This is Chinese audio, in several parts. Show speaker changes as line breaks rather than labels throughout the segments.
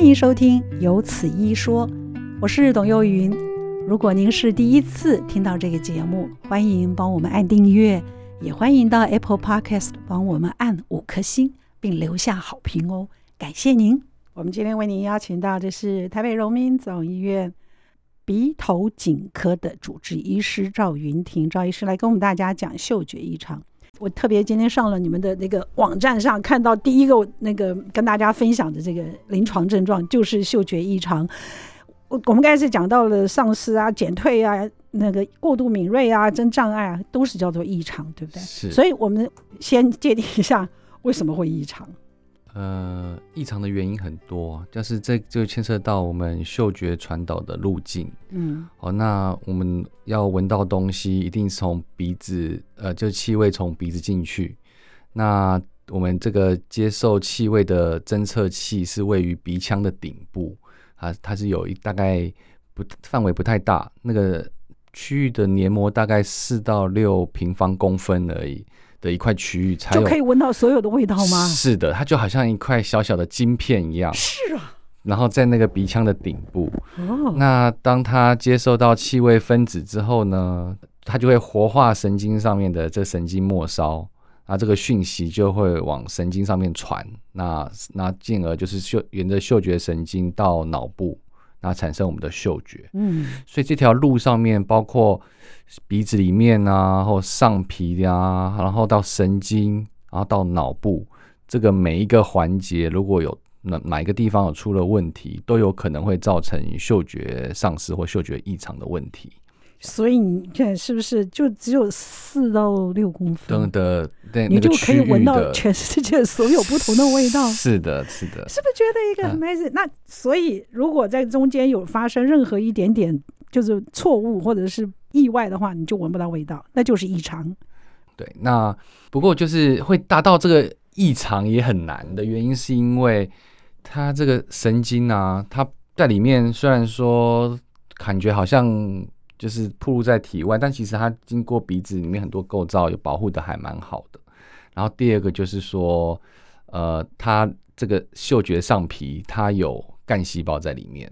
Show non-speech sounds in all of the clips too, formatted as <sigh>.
迎收听《有此一说》，我是董幼云。如果您是第一次听到这个节目，欢迎帮我们按订阅，也欢迎到 Apple Podcast 帮我们按五颗星，并留下好评哦，感谢您。我们今天为您邀请到的是台北荣民总医院鼻头颈科的主治医师赵云婷，赵医师来跟我们大家讲嗅觉异常。我特别今天上了你们的那个网站上，看到第一个那个跟大家分享的这个临床症状就是嗅觉异常。我我们刚才是讲到了丧失啊、减退啊、那个过度敏锐啊、真障碍啊，都是叫做异常，对不对？
是，
所以我们先界定一下为什么会异常。
呃，异常的原因很多，啊但是这就牵涉到我们嗅觉传导的路径。
嗯
好，那我们要闻到东西，一定是从鼻子，呃，就气味从鼻子进去。那我们这个接受气味的侦测器是位于鼻腔的顶部，啊，它是有一大概不范围不太大，那个区域的黏膜大概四到六平方公分而已的一块区域才
就
有
可以闻到所有的味道吗？
是的，它就好像一块小小的晶片一样，
是啊，
然后在那个鼻腔的顶部。
哦，
那当它接受到气味分子之后呢，它就会活化神经上面的这神经末梢，那这个讯息就会往神经上面传，那那进而就是嗅沿着嗅觉神经到脑部，那产生我们的嗅觉。
嗯
所以这条路上面包括鼻子里面啊，或上皮啊，然后到神经，然后到脑部，这个每一个环节如果有哪哪一个地方有出了问题，都有可能会造成嗅觉丧失或嗅觉异常的问题。
所以你看是不是就只有四到六公分，
等的，对，
你
那个
就可以
区域
闻到
的
全世界所有不同的味
<laughs>
道？
是的，是的，
是不是觉得一
啊
个很 amazing？、那所以，如果在中间有发生任何一点点就是错误或者是意外的话，你就闻不到味道，那就是异常。
对，那不过就是会达到这个异常也很难的原因，是因为它这个神经啊，它在里面虽然说感觉好像就是暴露在体外，但其实它经过鼻子里面很多构造有保护的还蛮好的。然后第二个就是说，呃，它这个嗅觉上皮它有干细胞在里面。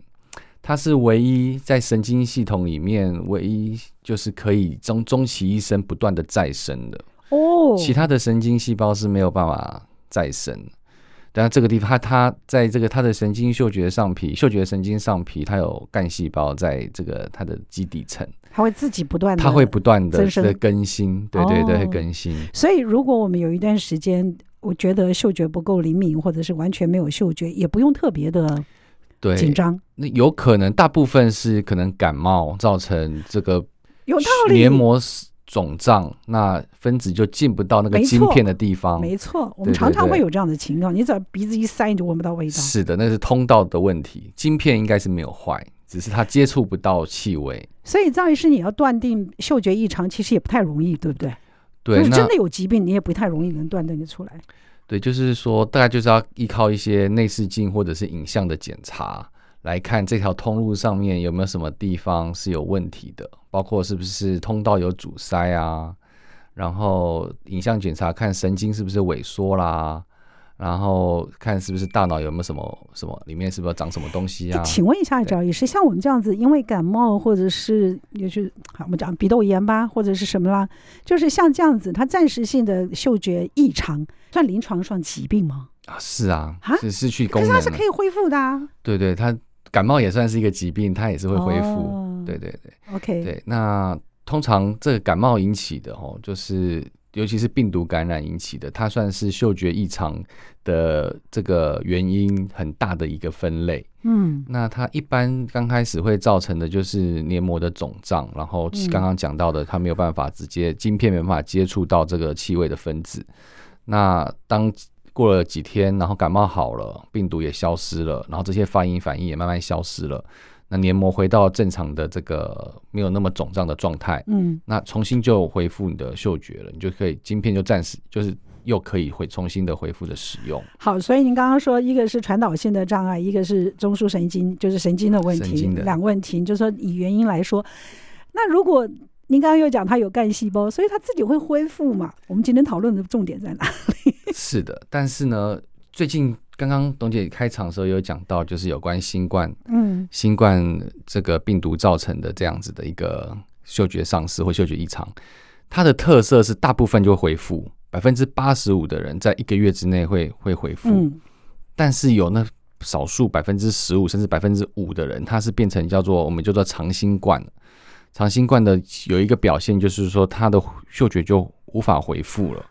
它是唯一在神经系统里面唯一就是可以终终其一生不断的再生的，
哦，
其他的神经细胞是没有办法再生。但这个地方，它它在这个它的神经嗅觉上皮、嗅觉神经上皮，它有干细胞在这个它的基底层，
它会自己不断的，
它会不。断的
增生
在更新，对对对，
哦
更新。
所以，如果我们有一段时间，我觉得嗅觉不够灵敏，或者是完全没有嗅觉，也不用特别的
对，
紧张。
那有可能大部分是可能感冒造成这个
有道理，
黏膜肿胀，那分子就进不到那个
没错
晶片的地方。
没错，我们
对对
常常
对
会有这样的情况。你只要鼻子一塞，你就闻不到味道。
是的，那是通道的问题，晶片应该是没有坏，只是它接触不到气味。
所以，赵医师，你要断定嗅觉异常，其实也不太容易，对不对？
对，
就是
那
真的有疾病，你也不太容易能断定得出来。
对，就是说，大概就是要依靠一些内视镜或者是影像的检查，来看这条通路上面有没有什么地方是有问题的，包括是不是通道有阻塞啊，然后影像检查看神经是不是萎缩啦，然后看是不是大脑有没有什么什么里面是不是有长什么东西
哎
啊？
请问一下，
对
赵医师，像我们这样子，因为感冒或者是也是好我们讲鼻窦炎吧，或者是什么啦，就是像这样子，它暂时性的嗅觉异常，算临床上疾病吗？
啊是啊
啊，
是失去
可
功
是
能
它是
了
可以恢复的啊，
对对，它感冒也算是一个疾病，它也是会恢复。
哦
对对对
，OK，
对，那通常这个感冒引起的哦，就是尤其是病毒感染引起的，它算是嗅觉异常的这个原因很大的一个分类。
嗯，
那它一般刚开始会造成的就是黏膜的肿胀，然后
嗯
刚刚讲到的，它没有办法直接晶片没办法接触到这个气味的分子。那当过了几天，然后感冒好了，病毒也消失了，然后这些发炎反应也慢慢消失了，那黏膜回到正常的这个没有那么肿胀的状态，
嗯，
那重新就恢复你的嗅觉了，你就可以晶片就暂时就是又可以回重新的恢复的使用。
好，所以您刚刚说，一个是传导性的障碍，一个是中枢神经，就是神经的问
神
题
经，的
两个问题，你就说以原因来说，那如果您刚刚又讲它有干细胞，所以它自己会
<laughs>
恢复嘛？我们今天讨论的重点在哪？
是的，但是呢，最近刚刚董姐开场的时候有讲到，就是有关新冠
嗯
新冠这个病毒造成的这样子的一个嗅觉丧失或嗅觉异常，它的特色是大部分就会恢复，百分之八十五的人在一个月之内会会恢复，
嗯
但是有那少数百分之十五甚至百分之五的人，他是变成叫做我们叫做长新冠。长新冠的有一个表现就是说，他的嗅觉就无法回复了。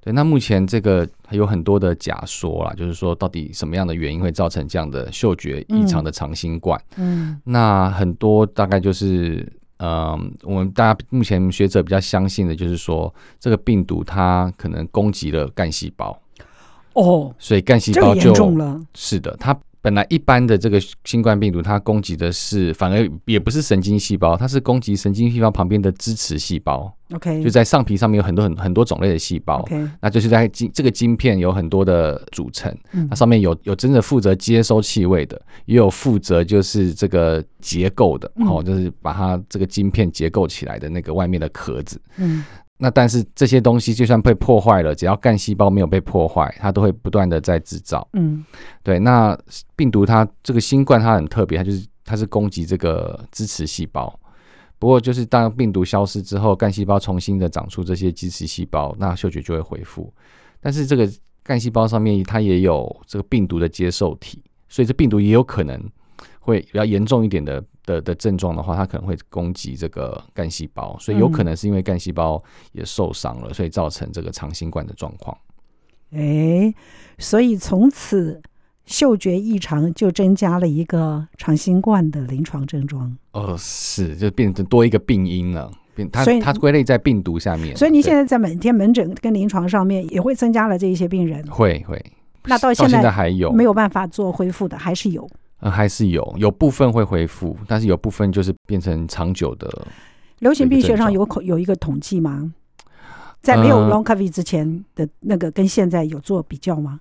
对，那目前这个有很多的假说啦，就是说到底什么样的原因会造成这样的嗅觉异常的长新冠？
嗯
那很多大概就是，嗯、我们大家目前学者比较相信的就是说，这个病毒它可能攻击了干细胞，
哦，
所以干细
这
胞
个
就
严重了，
是的，它本来一般的这个新冠病毒，它攻击的是反而也不是神经细胞，它是攻击神经细胞旁边的支持细胞，
OK，
就在上皮上面有很多很很多种类的细胞。
OK，
那就是在晶这个晶片有很多的组成，
嗯
那上面有有真的负责接收气味的，也有负责就是这个结构的，
嗯
哦，就是把它这个晶片结构起来的那个外面的壳子。
嗯
那但是这些东西就算被破坏了，只要干细胞没有被破坏，它都会不断的在制造。
嗯
对，那病毒它这个新冠它很特别，它就是它是攻击这个支持细胞。不过就是当病毒消失之后，干细胞重新的长出这些支持细胞，那嗅觉就会恢复。但是这个干细胞上面它也有这个病毒的接受体，所以这病毒也有可能会比较严重一点的的的症状的话，它可能会攻击这个干细胞，所以有可能是因为干细胞也受伤了，所以造成这个长新冠的状况。
哎，所以从此嗅觉异常就增加了一个长新冠的临床症状。
哦，是，就变成多一个病因了，变它
所以
它归类在病毒下面。
所以您
对
现在在每天门诊跟临床上面也会增加了这一些病人，
会会
那到
哦到
现
现在
在
还有
没有办法做恢复的还是有。
呃还是有有部分会恢复，但是有部分就是变成长久的。
流行
有一
病
个
学
症
上
状
有口有一个统计吗？在没有
呃
long covid 之前的那个跟现在有做比较吗？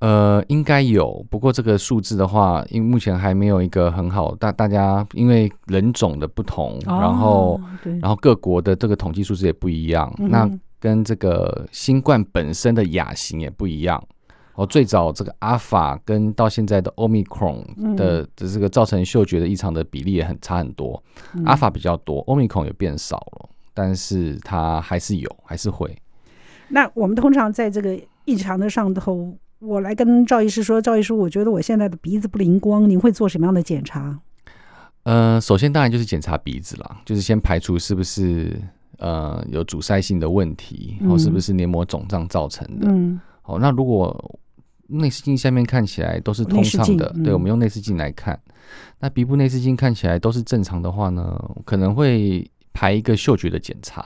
呃，应该有，不过这个数字的话，因为目前还没有一个很好，大大家因为人种的不同，然后
哦对，
然后各国的这个统计数字也不一样，
嗯
那
哼
跟这个新冠本身的亚型也不一样。哦，最早这个阿法跟到现在的
嗯
Omicron 的的这个造成嗅觉的异常的比例也很差很多，
嗯
阿法比较多，Omicron 也变少了，但是它还是有，还是会。
那我们通常在这个异常的上头，我来跟赵医师说，赵医师，我觉得我现在的鼻子不灵光，您会做什么样的检查？
呃，首先当然就是检查鼻子啦，就是先排除是不是呃有阻塞性的问题，然、
嗯
后是不是黏膜肿胀造成的。
嗯
好，那如果内视镜下面看起来都是通畅的
内视镜，
对，
嗯
我们用内视镜来看，那鼻部内视镜看起来都是正常的话呢，可能会排一个嗅觉的检查。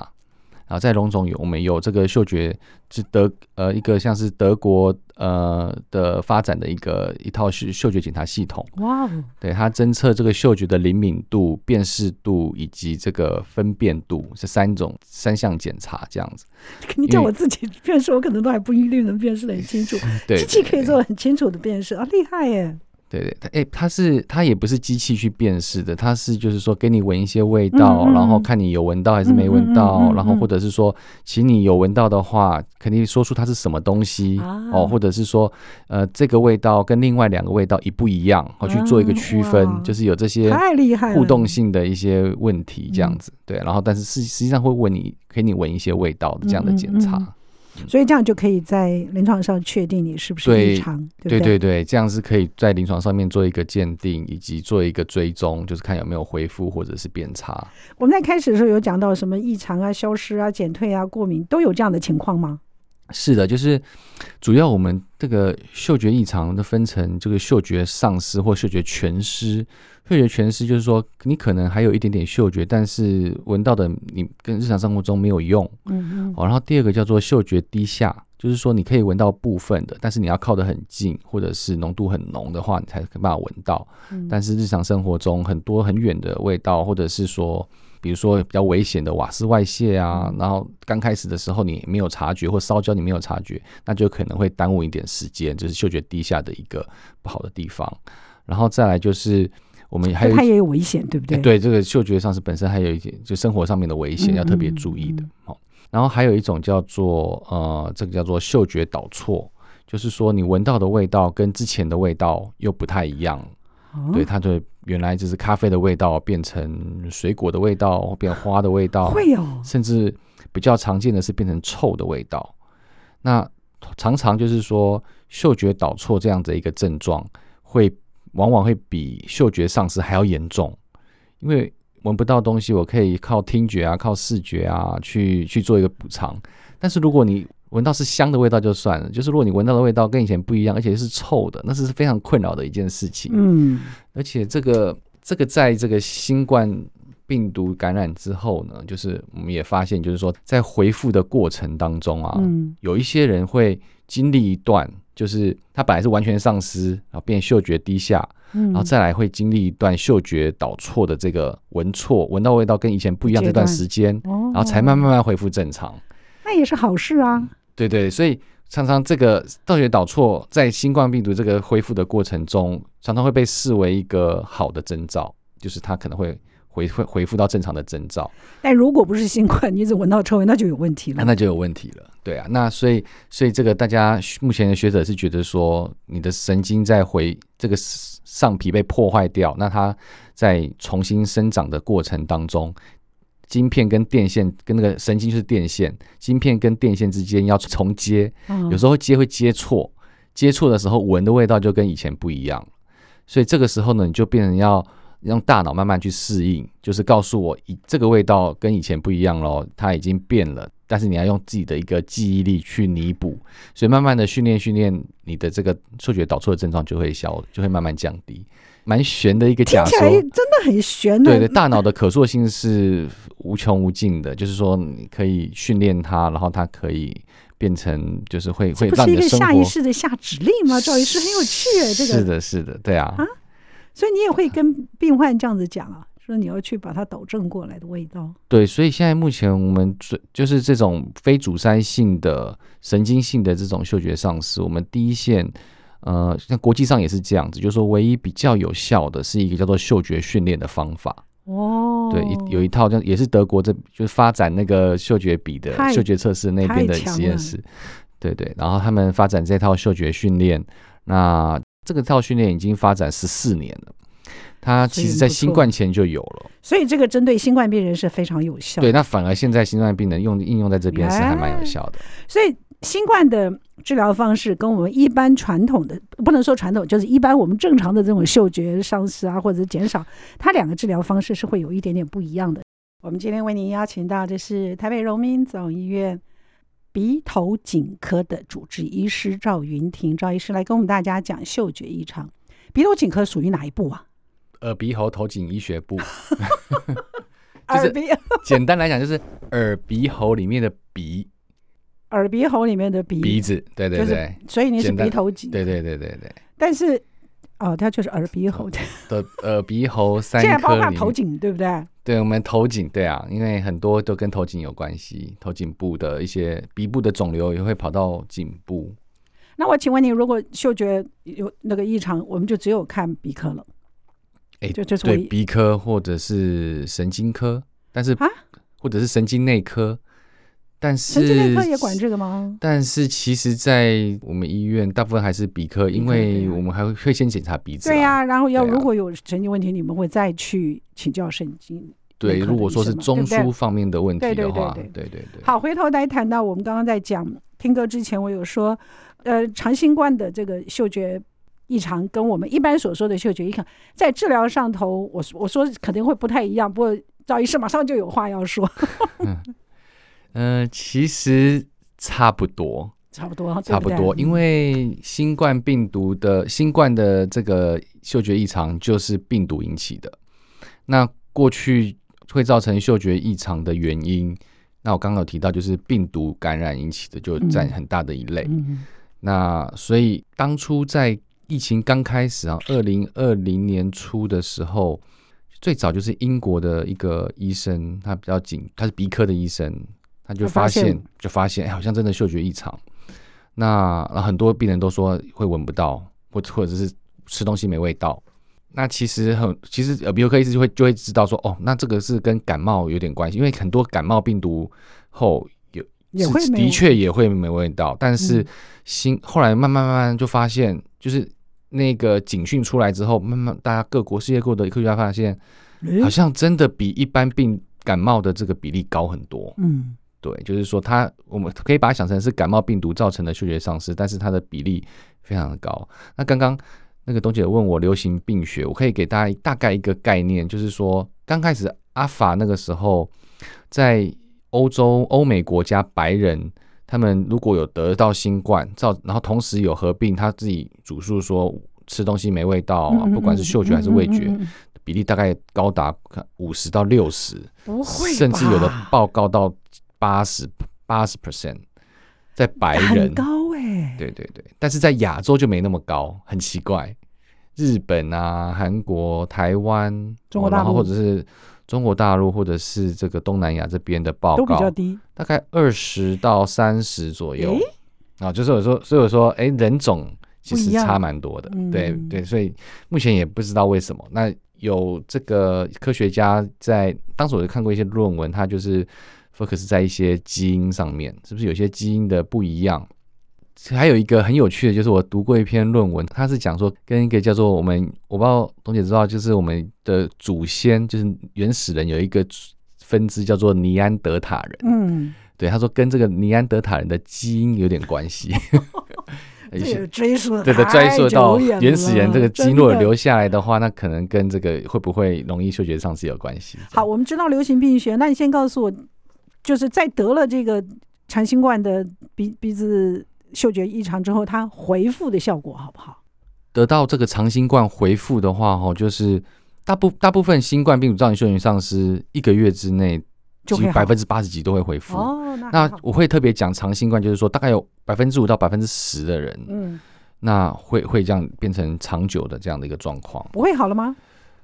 然后在龙总有我们有这个嗅觉，是德呃一个像是德国呃的发展的一个一套嗅嗅觉检查系统，
哇 <laughs> 哦，
对它侦测这个嗅觉的灵敏度、辨识度以及这个分辨度这三种三项检查这样子。
你
因
叫
为
我自己辨识，我可能都还不一定能辨识的很清楚，
对，
机器
对
可以
对
做很清楚的辨识啊，厉害耶！
对对，它诶，它是它也不是机器去辨识的，它是就是说给你闻一些味道，
嗯嗯嗯
然后看你有闻到还是没闻到，
嗯嗯嗯嗯嗯
然后或者是说，请你有闻到的话，肯定说出它是什么东西、
啊
哦，或者是说，呃，这个味道跟另外两个味道一不一样，哦，去做一个区分，
啊哇
就是有这些
太厉害了，嗯
互动性的一些问题这样子。对，然后但是实实际上会问你，给你闻一些味道的这样的检查。
嗯嗯所以这样就可以在临床上确定你是不是
对
异常，对
对
不对？
对对，这样是可以在临床上面做一个鉴定，以及做一个追踪，就是看有没有恢复或者是变差。
我们在开始的时候有讲到什么异常啊、消失啊、减退啊、过敏都有这样的情况吗？
是的，就是主要我们这个嗅觉异常的分成这个嗅觉丧失或嗅觉全失。嗅觉全失就是说，你可能还有一点点嗅觉，但是闻到的你跟日常生活中没有用。
嗯
哦，然后第二个叫做嗅觉低下，就是说你可以闻到部分的，但是你要靠得很近，或者是浓度很浓的话，你才有办法闻到。
嗯
但是日常生活中很多很远的味道，或者是说，比如说比较危险的瓦斯外泄
嗯
啊，然后刚开始的时候你没有察觉，或烧焦你没有察觉，那就可能会耽误一点时间，就是嗅觉低下的一个不好的地方。然后再来就是我们还
就
有
它也有危险，对不
哎
对？
这个嗅觉丧失本身还有一些就生活上面的危险
嗯
要特别注意的。好、然后还有一种叫做呃，这个叫做嗅觉导错，就是说你闻到的味道跟之前的味道又不太一样，
哦
对，它对原来就是咖啡的味道变成水果的味道，变花的味道，
会哦，
甚至比较常见的是变成臭的味道。那常常就是说嗅觉导错这样的一个症状，会往往会比嗅觉丧失还要严重，因为闻不到东西，我可以靠听觉啊、靠视觉啊去去做一个补偿。但是如果你闻到是香的味道就算了，就是如果你闻到的味道跟以前不一样，而且是臭的，那是非常困扰的一件事情。
嗯，
而且这个这个在这个新冠病毒感染之后呢，就是我们也发现，就是说在回复的过程当中啊，
嗯，
有一些人会经历一段，就是他本来是完全丧失，然后变嗅觉低下，
嗯，
然后再来会经历一段嗅觉导错的这个闻错，闻到味道跟以前不一样的
阶
一段
段
时间，
哦，
然后才慢嗯慢慢恢复正常。
那也是好事啊，
对对，所以常常这个道学导错在新冠病毒这个恢复的过程中，常常会被视为一个好的征兆，就是它可能会回会恢复到正常的征兆，
但如果不是新冠，你只闻到臭味，那就有问题
那
了。
那就有问题了。对啊，那所以所以这个大家目前的学者是觉得说，你的神经在回这个上皮被破坏掉，那它在重新生长的过程当中。晶片跟电线跟那个神经就是电线，晶片跟电线之间要重接，有时
候
候接会接错，接错的时候闻的味道就跟以前不一样了所以这个时候呢，你就变成要让大脑慢慢去适应，就是告诉我，以这个味道跟以前不一样咯，它已经变了。但是你要用自己的一个记忆力去弥补，所以慢慢的训练训练，你的这个嗅觉导错的症状就会消，就会慢慢降低。蛮悬的一个
听
假
起
说，
来真的很悬呢。
对对，大脑的可塑性是无穷无尽的，就是说你可以训练它，然后它可以变成，就是会
这
会
不
让
是
你
一
的
个
生
下
活
意。识的下指令吗？赵医师很有趣哎，这
是
个，
的，是的，对啊，
啊所以你也会
<laughs>
跟病患这样子讲啊，说你要去把它导正过来的味道。
对，所以现在目前我们最就是这种非阻塞性的神经性的这种嗅觉丧失，我们第一线，呃，像国际上也是这样子，就是说唯一比较有效的是一个叫做嗅觉训练的方法。
哦，
对，一有一套叫也是德国这就是发展那个嗅觉笔的
太
嗅觉测试那边的
太强
实验室，对对，然后他们发展这套嗅觉训练，那这个套训练已经发展十四年了。它
所以
其实，
很
在
不
新
错
冠前就有了，
所以这个针对新冠病人是非常有效。
对，，那反而现在新冠病人用应用在这边是还蛮
哎
有效的，
所以新冠的治疗方式跟我们一般传统的，不能说传统，就是一般我们正常的这种嗅觉丧失啊，或者减少，它两个治疗方式是会有一点点不一样的。我们今天为您邀请到的是台北荣民总医院鼻头颈科的主治医师赵云婷，赵医师来跟我们大家讲嗅觉异常。鼻头颈科属于哪一部啊？
耳鼻喉头颈医
<laughs>
学部，就是
耳鼻
简单来讲就是耳鼻喉里面的鼻
耳鼻喉里面的鼻，
鼻子，对对
就是
对，
所以你是
简单
鼻头颈，
对对对对对
但是哦，它就是耳鼻喉的，
的耳鼻喉三
现在包
颗
括
里
头
面
颈，对不对？
对我们头颈，对啊，因为很多都跟头颈有关系，头颈部的一些鼻部的肿瘤也会跑到颈部。
那我请问你，如果嗅觉有那个异常，我们就只有看鼻科了。
哎
就就是我
对
一
鼻科或者是神经科，但是
啊，
或者是神经内科，但
神经内
是
科也管这个吗？
但是其实，在我们医院大部分还是鼻科，因
鼻科
为
对啊
我们还会会先检查鼻子、
对呀、、然后要
对啊
如果有神经问题，你们会再去请教神经。
对，
内科的
如果说是
医生嘛
中
对不
枢
对
方面的问题
对对
的
对
话，
对
对对。
好，回头来谈到我们刚刚在讲听歌之前，我有说，呃，长新冠的这个嗅觉异常跟我们一般所说的嗅觉异常，在治疗上头，我说我说肯定会不太一样。不过赵医师马上就有话要说， <laughs>
嗯、其实差不多，
差不多，对
差不
对
多，因为新冠病毒的新冠的这个嗅觉异常就是病毒引起的。那过去会造成嗅觉异常的原因，那我刚刚有提到，就是病毒感染引起的，就占
嗯
很大的一类。
嗯，
那所以当初在疫情刚开始啊，二零二零年初的时候，最早就是英国的一个医生，他比较紧，他是鼻科的医生，他就
他发
发现
现
就发现，哎，好像真的嗅觉异常。那然后很多病人都说会闻不到，或或者是吃东西没味道。那其实很，其实呃耳鼻喉科医师就会就会知道说，哦，那这个是跟感冒有点关系，因为很多感冒病毒后有
也会
是
没
的
有
确也会没味道，但是
嗯
新、后来慢慢慢慢就发现，就是那个警讯出来之后，慢慢大家各国世界各国的科学家发现，
诶
好像真的比一般病感冒的这个比例高很多。
嗯
对，就是说它我们可以把它想成是感冒病毒造成的嗅觉丧失，但是它的比例非常的高。那刚刚那个董姐问我流行病学，我可以给大家一大概一个概念，就是说刚开始阿法那个时候，在欧洲欧美国家白人。他们如果有得到新冠，造然后同时有合并，他自己主诉说吃东西没味道、啊，
嗯
不管是嗅觉还是味觉，
嗯嗯嗯嗯嗯
比例大概高达五十到六十。
不会吧，
甚至有的报告到八十八十 percent，在白人
很，高哎、
对对对，但是在亚洲就没那么高，很奇怪。日本啊、韩国、台湾、
中国
哦然后
大陆
或者是中国大陆，或者是这个东南亚这边的报
都比较
告，
低。
大概二十到三十左右
诶。
啊、就是我说，所以我说，哎，人种其
不
实
一样
差蛮多的，对
嗯
对，所以目前也不知道为什么。那有这个科学家在当时我就看过一些论文，他就是 focus 在一些基因上面，是不是有些基因的不一样？还有一个很有趣的，就是我读过一篇论文，他是讲说跟一个叫做我们，我不知道董姐知道，就是我们的祖先，就是原始人有一个分支叫做尼安德塔人，
嗯，
对，他说跟这个尼安德塔人的基因有点
<laughs>
关系。 <laughs>
这也追溯得
哎对的，
太
追溯到
久远
原始人
了
这个基因如果。
真的
留下来的话，那可能跟这个会不会容易嗅觉丧失有关系。
好，我们知道流行病学，那你先告诉我，就是在得了这个长新冠的鼻鼻子嗅觉异常之后，它回复的效果好不好？
得到这个长新冠回复的话，哈，就是大部大部分新冠病毒造成嗅觉丧失，一个月之内
就
几
会
百
好
分之八十几都会回复。
哦，那
那
很好
我会特别讲长新冠，就是说大概有百分之五到百分之十的人，
嗯，
那会会这样变成长久的这样的一个状况。
不会好了吗？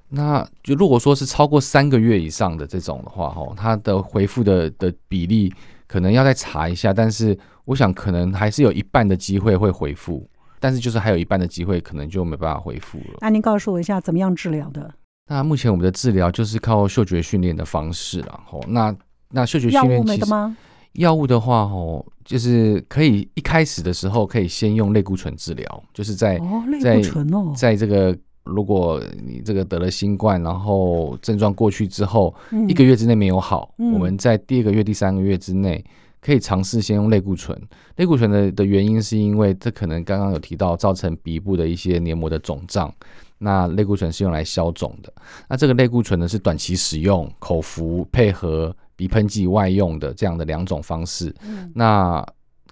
那就如果说是超过三个月以上的这种的话，哈，它的回复的的比例可能要再查一下，但是我想可能还是有一半的机会会回复，但是就是还有一半的机会可能就没办法回复了。
那您告诉我一下怎么样治疗的？
那目前我们的治疗就是靠嗅觉训练的方式啦，吼，那那嗅觉
药
训
物
练
没
其
的
实
吗？
药物的话，吼，就是可以一开始的时候可以先用类固醇治疗，就是在
哦，类
哎在
固醇哦，
在这个如果你这个得了新冠，然后症状过去之后，
嗯
一个月之内没有好，
嗯
我们在第二个月、第三个月之内可以尝试先用类固醇。类固醇的的原因是因为这可能刚刚有提到造成鼻部的一些黏膜的肿胀，那类固醇是用来消肿的。那这个类固醇呢是短期使用，口服配合鼻喷剂外用的这样的两种方式。
嗯
那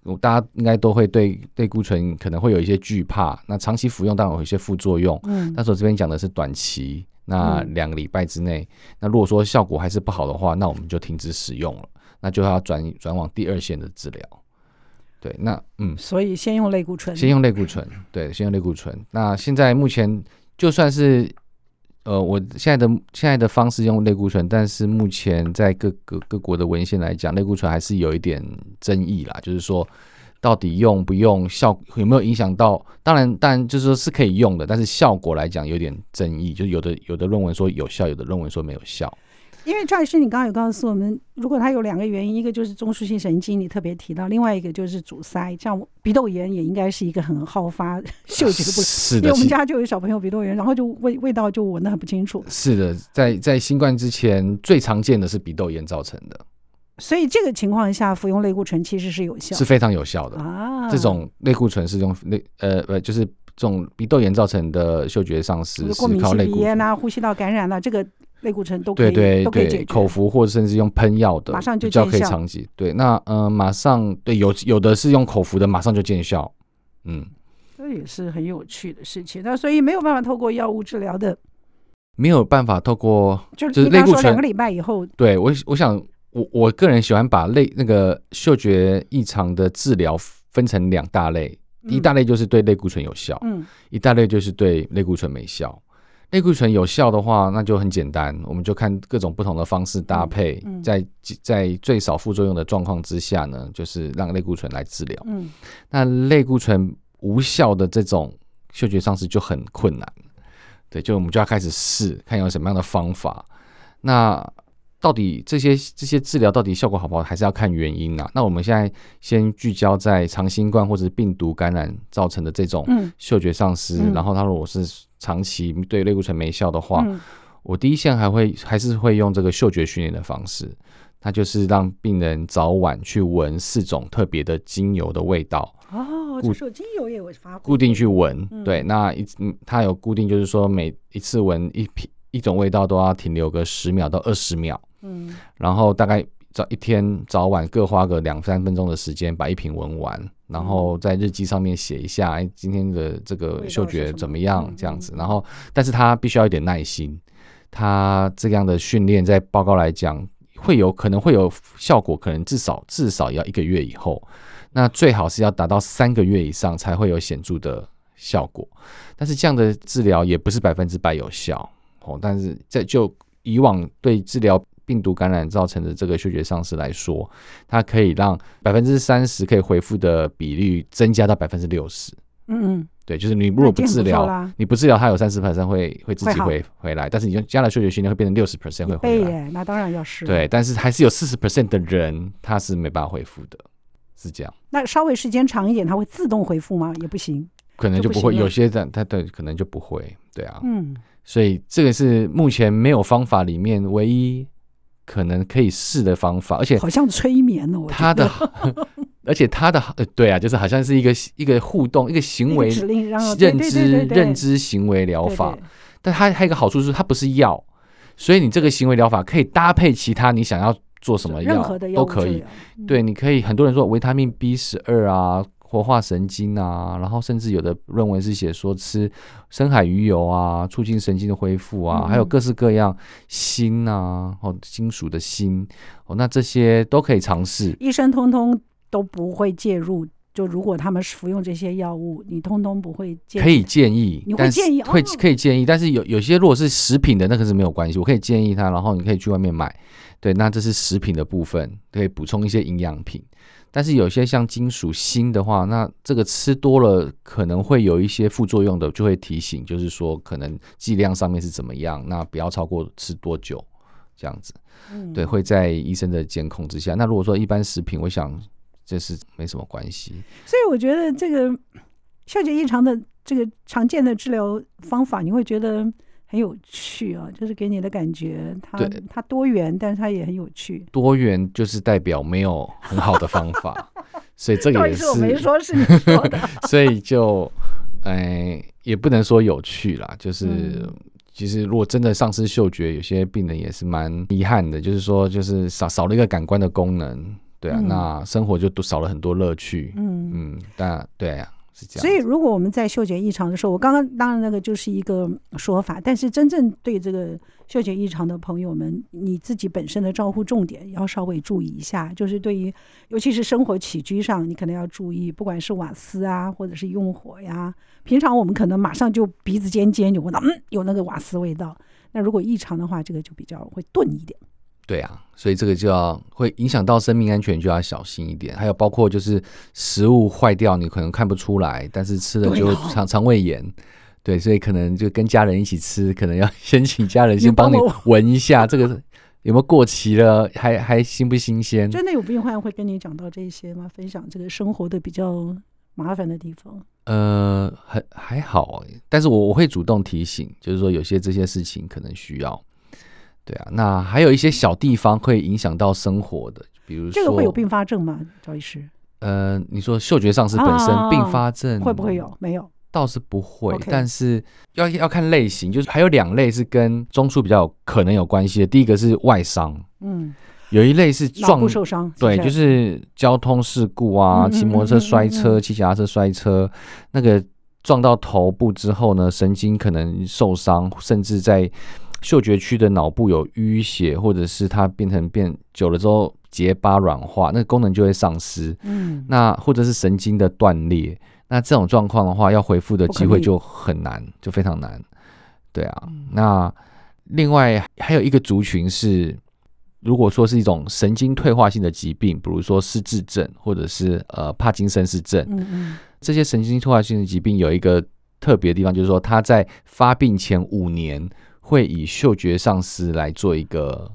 我大家应该都会对类固醇可能会有一些惧怕，那长期服用当然有一些副作用。
嗯
但是我这边讲的是短期，那
嗯
两个礼拜之内，那如果说效果还是不好的话，那我们就停止使用了，那就要转转往第二线的治疗。对，那嗯，
所以先用类固醇，
先用类固醇，对，先用类固醇。那现在目前就算是呃，我现在的现在的方式用类固醇，但是目前在各个各国的文献来讲，类固醇还是有一点争议啦，就是说到底用不用效有没有影响到？当然，当然就是说是可以用的，但是效果来讲有点争议，就是有的有的论文说有效，有的论文说没有效。
因为赵医师，你刚刚有告诉我们，如果它有两个原因，一个就是中枢性神经，你特别提到，另外一个就是阻塞，像我鼻窦炎也应该是一个很好发嗅觉不。
是
因为
的，
我们
是
家就有小朋友鼻窦炎，然后就味味道就闻得很不清楚，
是的，在在新冠之前最常见的是鼻窦炎造成的，
所以这个情况下服用类固醇其实是有效
是非常有效的。
啊。
这种类固醇是用类呃呃，就是这种鼻窦炎造成的嗅觉丧
比
失
如过
是
敏
靠
性
类
鼻
固
炎
醇，
啊、呼吸道感染啊，这个类固醇都可
对
以
对
都可以解
对，
决。
口服或甚至用喷药的，
马上就
比较
见
可以
效
长期。对，那呃，马上对有有的是用口服的，马上就见效。嗯，
这也是很有趣的事情。那所以没有办法透过药物治疗的，
没有办法透过
就
就是
你刚
类固
说两
醇
个礼拜以后，
对我我想我我个人喜欢把类那个嗅觉异常的治疗分成两大类，第一
嗯
大类就是对类固醇有效，
嗯
一大类就是对类固醇没效。类固醇有效的话，那就很简单，我们就看各种不同的方式搭配，
嗯嗯
在在最少副作用的状况之下呢，就是让类固醇来治疗。
嗯，
那类固醇无效的这种嗅觉丧失就很困难，对，就我们就要开始试，看有什么样的方法。那到底这些这些治疗到底效果好不好，还是要看原因呐、那我们现在先聚焦在长新冠或者是病毒感染造成的这种
嗯
嗅觉丧失，
嗯
然后他如果是长期对类固醇没效的话，
嗯
我第一线还会还是会用这个嗅觉训练的方式，它就是让病人早晚去闻四种特别的精油的味道，
哦，这手精油也有发
固定去闻。
嗯
对，那一嗯它有固定，就是说每一次闻一瓶一种味道都要停留个十秒到二十秒，
嗯
然后大概早一天早晚各花个两三分钟的时间把一瓶闻完，然后在日记上面写一下，哎，今天的这个嗅觉怎么
味道是什
样
么
这样子
嗯。嗯
然后，但是他必须要有点耐心，他这样的训练在报告来讲会有可能会有效果，可能至少至少也要一个月以后，那最好是要达到三个月以上才会有显著的效果。但是这样的治疗也不是百分之百有效哦。但是在就以往对治疗病毒感染造成的这个嗅觉丧失来说，它可以让百分之三十可以恢复的比率增加到百分之六十。
嗯嗯，
对，就是你如果不
那已经很错
治疗，
啦
你不治疗，它有三十 percent 会会自己
会好
回回来，但是你用加了嗅觉训练会变成六十 percent 会
一
回
倍
来。
耶，那当然要是。，
对，但是还是有四十 percent 的人他是没办法恢复的，是这样。
那稍微时间长一点，它会自动回复吗？也不行。
可能
就
就
不
不会，
行了
有些人他对可能就不会，对啊。
嗯，
所以这个是目前没有方法里面唯一可能可以试的方法，而且
好像催眠呢，我觉
它的， <laughs> 而且它的呃，对啊，就是好像是一个一个互动，一个
得
行为
一个指令让对
认
对
知
对对对
认知行为疗
对
法
对，
但它还有一个好处是它不是药，所以你这个行为疗法可以搭配其他你想要做什么
任何的药
都
物
可
治
以，
疗，
对，你可以很多人说维他命 B 十二啊，活化神经啊，然后甚至有的论文是写说吃深海鱼油啊，促进神经的恢复啊，还有
嗯
各式各样锌啊，哦，金属的锌哦，那这些都可以尝试。
医生通通都不会介入。就如果他们服用这些药物，你通通不会介入。
可以建议，
你会
但是
建议
会
哦
可以建议，但是有有些如果是食品的，那个是没有关系，我可以建议他，然后你可以去外面买。对，那这是食品的部分，可以补充一些营养品。但是有些像金属锌的话，那这个吃多了可能会有一些副作用的，就会提醒，就是说可能剂量上面是怎么样，那不要超过吃多久这样子。
嗯
对，会在医生的监控之下。那如果说一般食品，我想这是没什么关系。
所以我觉得这个嗅觉异常的这个常见的治疗方法，你会觉得很有趣啊，就是给你的感觉，它
对
它多元，但是它也很有趣。
多元就是代表没有很好的方
<laughs>
法，所以这
到
个
底
也
是我没
是，
说，是你说的。
所以就，哎、也不能说有趣啦，就是、
嗯
其实如果真的丧失嗅觉，有些病人也是蛮遗憾的，就是说就是少少了一个感官的功能，对啊，
嗯
那生活就都少了很多乐趣，
嗯，
嗯，但对啊，是这样，
所以如果我们在嗅觉异常的时候，我刚刚当然那个就是一个说法，但是真正对这个嗅觉异常的朋友们，你自己本身的照护重点要稍微注意一下，就是对于尤其是生活起居上，你可能要注意，不管是瓦斯啊，或者是用火呀。平常我们可能马上就鼻子尖尖就闻到，嗯，有那个瓦斯味道。那如果异常的话，这个就比较会钝一点。
对啊，所以这个就要会影响到生命安全，就要小心一点。还有包括就是食物坏掉，你可能看不出来，但是吃了
对
就会
哦
肠肠胃炎。对，所以可能就跟家人一起吃，可能要 <laughs> 先请家人
你
先帮你
帮我
闻一下这个有没有过期了，还还新不新鲜？
真的有病患会跟你讲到这些吗？分享这个生活的比较麻烦的地方。
呃，还还好，但是我我会主动提醒，就是说有些这些事情可能需要。对啊，那还有一些小地方会影响到生活的，比如说
这个会有并发症吗？赵医师？
呃，你说嗅觉丧失本身
啊
并发症
会不会有？？没有，
倒是不会
OK
但是要要看类型，就是还有两类是跟中枢比较有可能有关系的。第一个是外伤，
嗯，
有一类是
脑
撞
部受伤，
对，
不
就是交通事故
嗯
啊，
嗯
骑
嗯
摩托
嗯
车摔
嗯
车，骑脚踏车摔车，那个撞到头部之后呢，神经可能受伤，甚至在嗅觉区的脑部有淤血，或者是它变成变久了之后结疤软化，那个功能就会丧失。
嗯，
那或者是神经的断裂，那这种状况的话，要恢复的机会就很难，就非常难。对啊，
嗯
那另外还有一个族群是，如果说是一种神经退化性的疾病，比如说失智症或者是呃帕金森氏症，
嗯嗯，
这些神经退化性的疾病有一个特别的地方，就是说它在发病前五年会以嗅觉丧失来做一个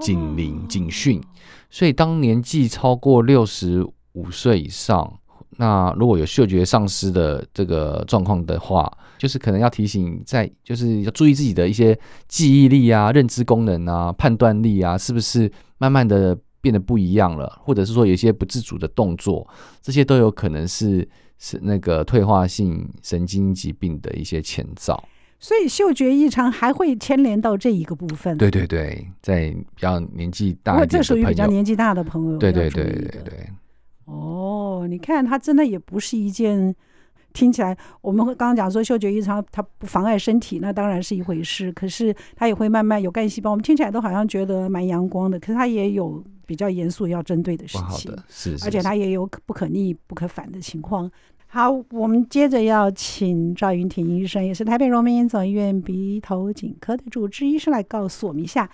警龄、警讯，所以当年纪超过六十五岁以上，那如果有嗅觉丧失的这个状况的话，就是可能要提醒在，就是要注意自己的一些记忆力啊、认知功能啊、判断力啊，是不是慢慢的变得不一样了，或者是说有一些不自主的动作，这些都有可能是是那个退化性神经疾病的一些前兆。
所以嗅觉异常还会牵连到这一个部分。
对对对，在比较年纪
不
大
过
一点
这属于比
的朋
较
友，
年纪大的朋友，
对
要
对
注
对
意
对
的
对对。
哦，你看，它真的也不是一件听起来，我们会刚刚讲说嗅觉异常，它不妨碍身体，那当然是一回事。可是它也会慢慢有干细胞，我们听起来都好像觉得蛮阳光的，可是它也有比较严肃要针对的事
不好
情
的，，是，
而且
他
它也有可不可逆、不可反的情况。好，我们接着要请赵云婷医生，也是台北荣民总医院鼻头颈科的主治医生来告诉我们一下。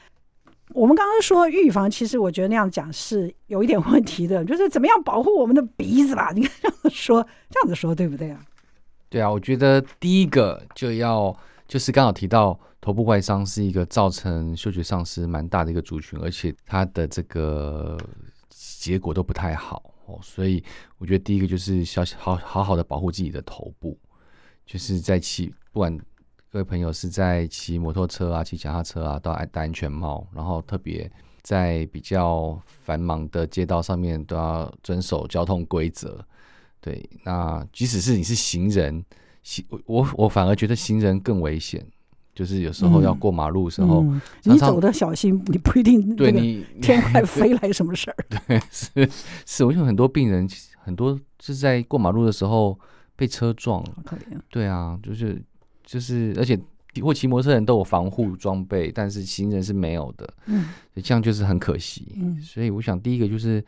我们刚刚说预防，其实我觉得那样讲是有一点问题的，就是怎么样保护我们的鼻子吧？ <laughs> 你看这样子说，这样子说对不对啊？
对啊，我觉得第一个就要就是刚好提到头部外伤是一个造成嗅觉丧失蛮大的一个族群，而且它的这个结果都不太好哦，所以我觉得第一个就是小好好好的保护自己的头部，就是在骑不管各位朋友是在骑摩托车啊、骑脚踏车啊，都要戴安全帽，然后特别。在比较繁忙的街道上面，都要遵守交通规则。对，那即使是你是行人，行我我我反而觉得行人更危险，就是有时候要
嗯
过马路的时候，
嗯
常
你
常
走的小心，你不一定那
对
个
你
<laughs> 天快飞来什么
<laughs>
事儿。
是是，我有很多病人，其实很多是在过马路的时候被车撞，
好可怜，
对啊，就是就是，而且或骑摩托车人都有防护装备，但是行人是没有的，
嗯
所以这样就是很可惜。
嗯，
所以我想第一个就是，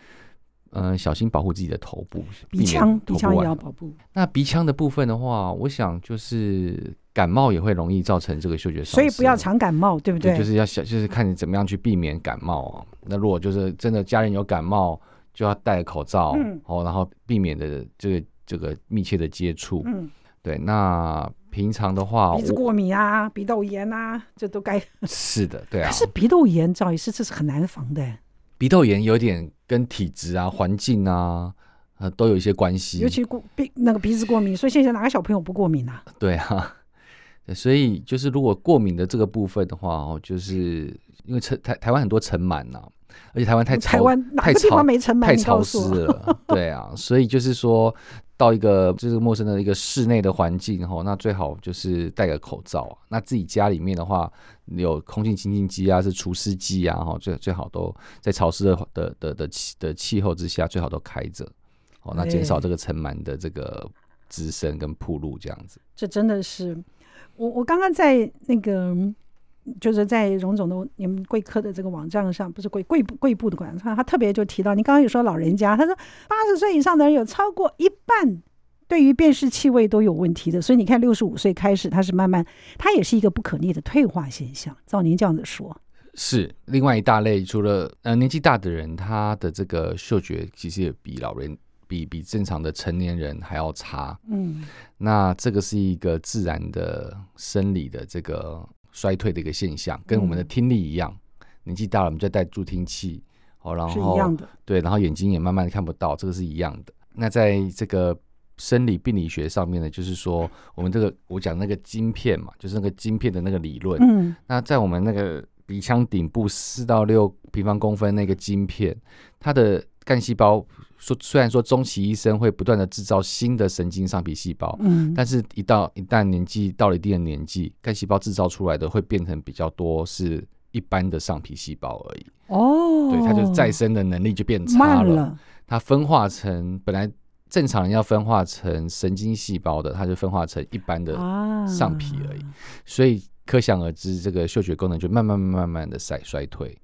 呃，小心保护自己的头部，
鼻
避免
腔
头
鼻
部
腔也
外
要保护。
那鼻腔的部分的话，我想就是感冒也会容易造成这个嗅觉丧失，
所以不要常感冒，对不
对，就是要想，就是看你怎么样去避免感冒啊。那如果就是真的家人有感冒，就要戴口罩，
嗯
哦，然后避免的这个这个密切的接触。
嗯，
对，那平常的话，
鼻子
我
过敏啊，鼻窦炎啊，这都该。
是的，对啊嗯
可，是鼻窦炎，赵医师这是很难防的，
鼻窦炎有点跟体质啊、环境啊，呃，都有一些关系。
尤其过鼻那个鼻子过敏，所以现在哪个小朋友不过敏啊？
对啊， <laughs> 对所以就是如果过敏的这个部分的话，哦，就是因为尘台台湾很多尘螨呐，而且台湾太潮，
嗯台湾哪
太
个地
潮
方没尘螨？
太
你告
潮
诉
湿
我，
了， <laughs> 对啊，所以就是说到一个就是陌生的一个室内的环境吼，那最好就是戴个口罩啊。那自己家里面的话，有空气清净机啊，是除湿机啊，哈，最最好都在潮湿的的的的气的气候之下，最好都开着，哦，那减少
对
这个尘螨的这个滋生跟铺路这样子。
这真的是我我刚刚在那个。就是在荣总的你们贵科的这个网站上，不是贵贵部贵部的网站上，他特别就提到，你刚刚有说老人家，他说八十岁以上的人有超过一半对于辨识气味都有问题的，所以你看六十五岁开始，它是慢慢，它也是一个不可逆的退化现象。照您这样子说，
是另外一大类，除了呃年纪大的人，他的这个嗅觉其实也比老人比比正常的成年人还要差。
嗯，
那这个是一个自然的生理的这个衰退的一个现象，跟我们的
嗯
听力一样，年纪大了我们就戴助听器，哦，然
是
后
一样的。
对，然后眼睛也慢慢看不到，这个是一样的。那在这个生理病理学上面呢，就是说我们这个我讲那个晶片嘛，就是那个晶片的那个理论，
嗯，
那在我们那个鼻腔顶部四到六平方公分那个晶片，它的干细胞说虽然说终其一生会不断的制造新的神经上皮细胞，
嗯，
但是一到一旦年纪到了一定的年纪，干细胞制造出来的会变成比较多是一般的上皮细胞而已，
哦，
对，它就是再生的能力就变差
慢
了，
了，
它分化成本来。正常人要分化成神经细胞的，它就分化成一般的
啊，
上皮而已。所以可想而知，这个嗅觉功能就慢慢慢慢慢慢的衰衰退。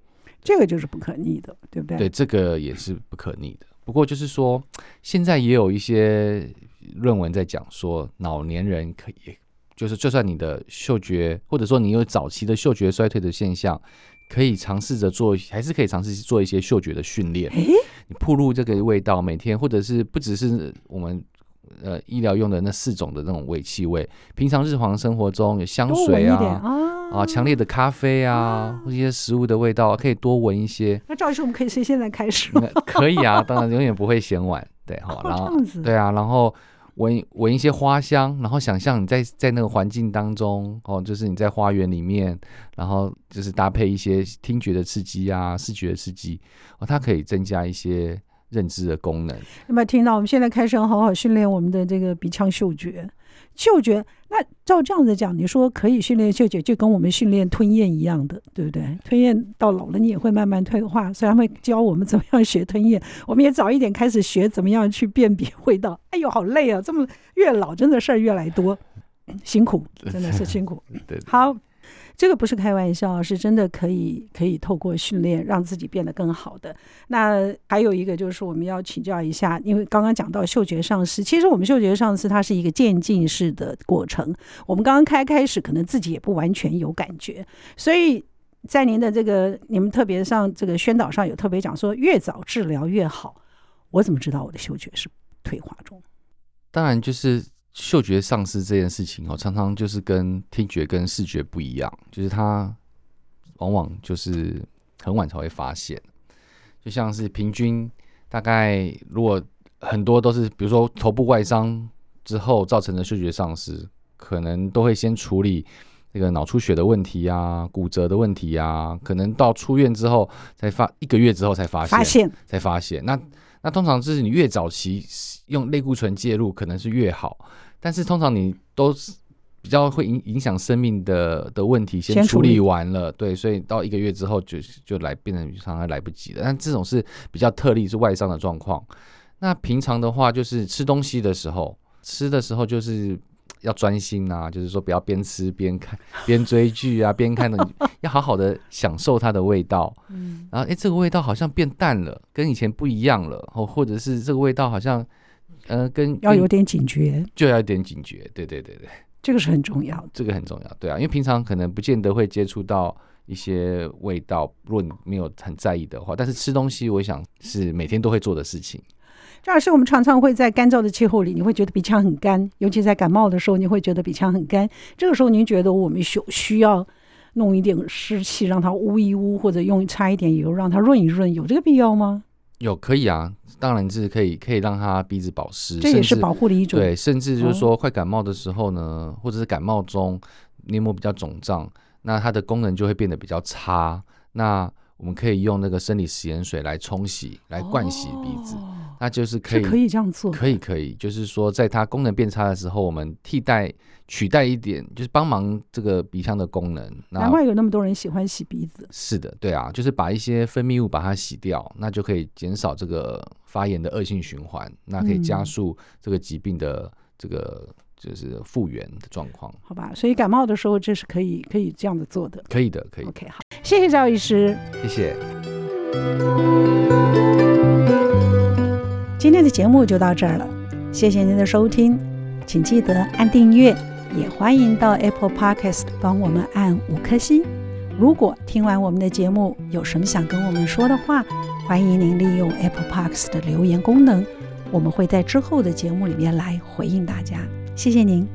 这个就是不可逆的，对不对？
对，，这个也是不可逆的。不过就是说，现在也有一些论文在讲说，老年人可以，就是就算你的嗅觉，或者说你有早期的嗅觉衰退的现象，可以尝试着做，还是可以尝试做一些嗅觉的训练。
哎，
你铺路这个味道，每天或者是不只是我们呃医疗用的那四种的那种味气味，平常日常生活中有香
多闻
水
一点
啊，
啊，
啊，强烈的咖啡啊，或者一些食物的味道，可以多闻一些。
那赵医师，我们可以从现在开 <laughs> 始吗
那可以啊，当然永远不会嫌晚，对哈
哦。
然
这
后
样子
对啊，然后闻闻一些花香，然后想象你在在那个环境当中哦，就是你在花园里面，然后就是搭配一些听觉的刺激啊、视觉的刺激哦，它可以增加一些认知的功能。
有没有听到？我们现在开始要好好训练我们的这个鼻腔嗅觉。嗅觉，那照这样子讲，你说可以训练嗅觉，就跟我们训练吞咽一样的，对不对？吞咽到老了，你也会慢慢退化。虽然会教我们怎么样学吞咽，我们也早一点开始学怎么样去辨别味道。哎呦，好累啊！这么越老，真的事儿越来越多，辛苦，真的是辛苦。
对，
好，这个不是开玩笑，是真的可以可以透过训练让自己变得更好的。那还有一个就是我们要请教一下，因为刚刚讲到嗅觉丧失，其实我们嗅觉丧失它是一个渐进式的过程。我们刚刚开开始可能自己也不完全有感觉，所以。在您的这个你们特别上这个宣导上有特别讲说，越早治疗越好。我怎么知道我的嗅觉是退化中？
当然就是嗅觉丧失这件事情哦，常常就是跟听觉跟视觉不一样，就是它往往就是很晚才会发现，就像是平均大概如果很多都是比如说头部外伤之后造成的嗅觉丧失，可能都会先处理。那个脑出血的问题啊，骨折的问题啊，可能到出院之后才发，一个月之后才发现，嗯
发现
才发现。那那通常就是你越早期用类固醇介入，可能是越好，但是通常你都是比较会影影响生命的的问题，
先
先
处
处
理
理完了，对，所以到一个月之后就就来变成常常来不及了。但这种是比较特例，是外伤的状况。那平常的话，就是吃东西的时候，吃的时候就是要专心啊，就是说不要边吃边看、边追剧啊，边看的，
<laughs>
要好好的享受它的味道。
嗯，
然后诶，这个味道好像变淡了，跟以前不一样了，或或者是这个味道好像，呃，跟
要有
跟
点警觉，
就要有点警觉，对对对对，
这个是很重要的。
这个很重要，对啊，因为平常可能不见得会接触到一些味道，如果你没有很在意的话，但是吃东西，我想是每天都会做的事情，
这老师，我们常常会在干燥的气候里，你会觉得鼻腔很干，尤其在感冒的时候，你会觉得鼻腔很干。这个时候，您觉得我们需需要弄一点湿气让它捂一捂，或者用擦一点油让它润一润，有这个必要吗？
有可以啊，当然是可以，可以让他鼻子保湿，
这也是
甚至
保护的一种。
对，甚至就是
哦
说快感冒的时候呢，或者是感冒中黏膜比较肿胀，那它的功能就会变得比较差。那我们可以用那个生理食盐水来冲洗、来灌洗鼻子，
哦
那就是可
是
以
可以这样做。
可以可以，就是说在它功能变差的时候，我们替代取代一点，就是帮忙这个鼻腔的功能。那
难怪有那么多人喜欢洗鼻子。
是的，对啊，就是把一些分泌物把它洗掉，那就可以减少这个发炎的恶性循环，那可以加
嗯
速这个疾病的这个就是复原的状况，
好吧，所以感冒的时候，这是可以可以这样子做的。
可以的，可以的，
OK，好，谢谢赵医师。
谢谢。
今天的节目就到这儿了，谢谢您的收听，请记得按订阅，也欢迎到 Apple Podcast 帮我们按五颗星。如果听完我们的节目有什么想跟我们说的话，欢迎您利用 Apple Podcast 的留言功能，我们会在之后的节目里面来回应大家。谢谢您，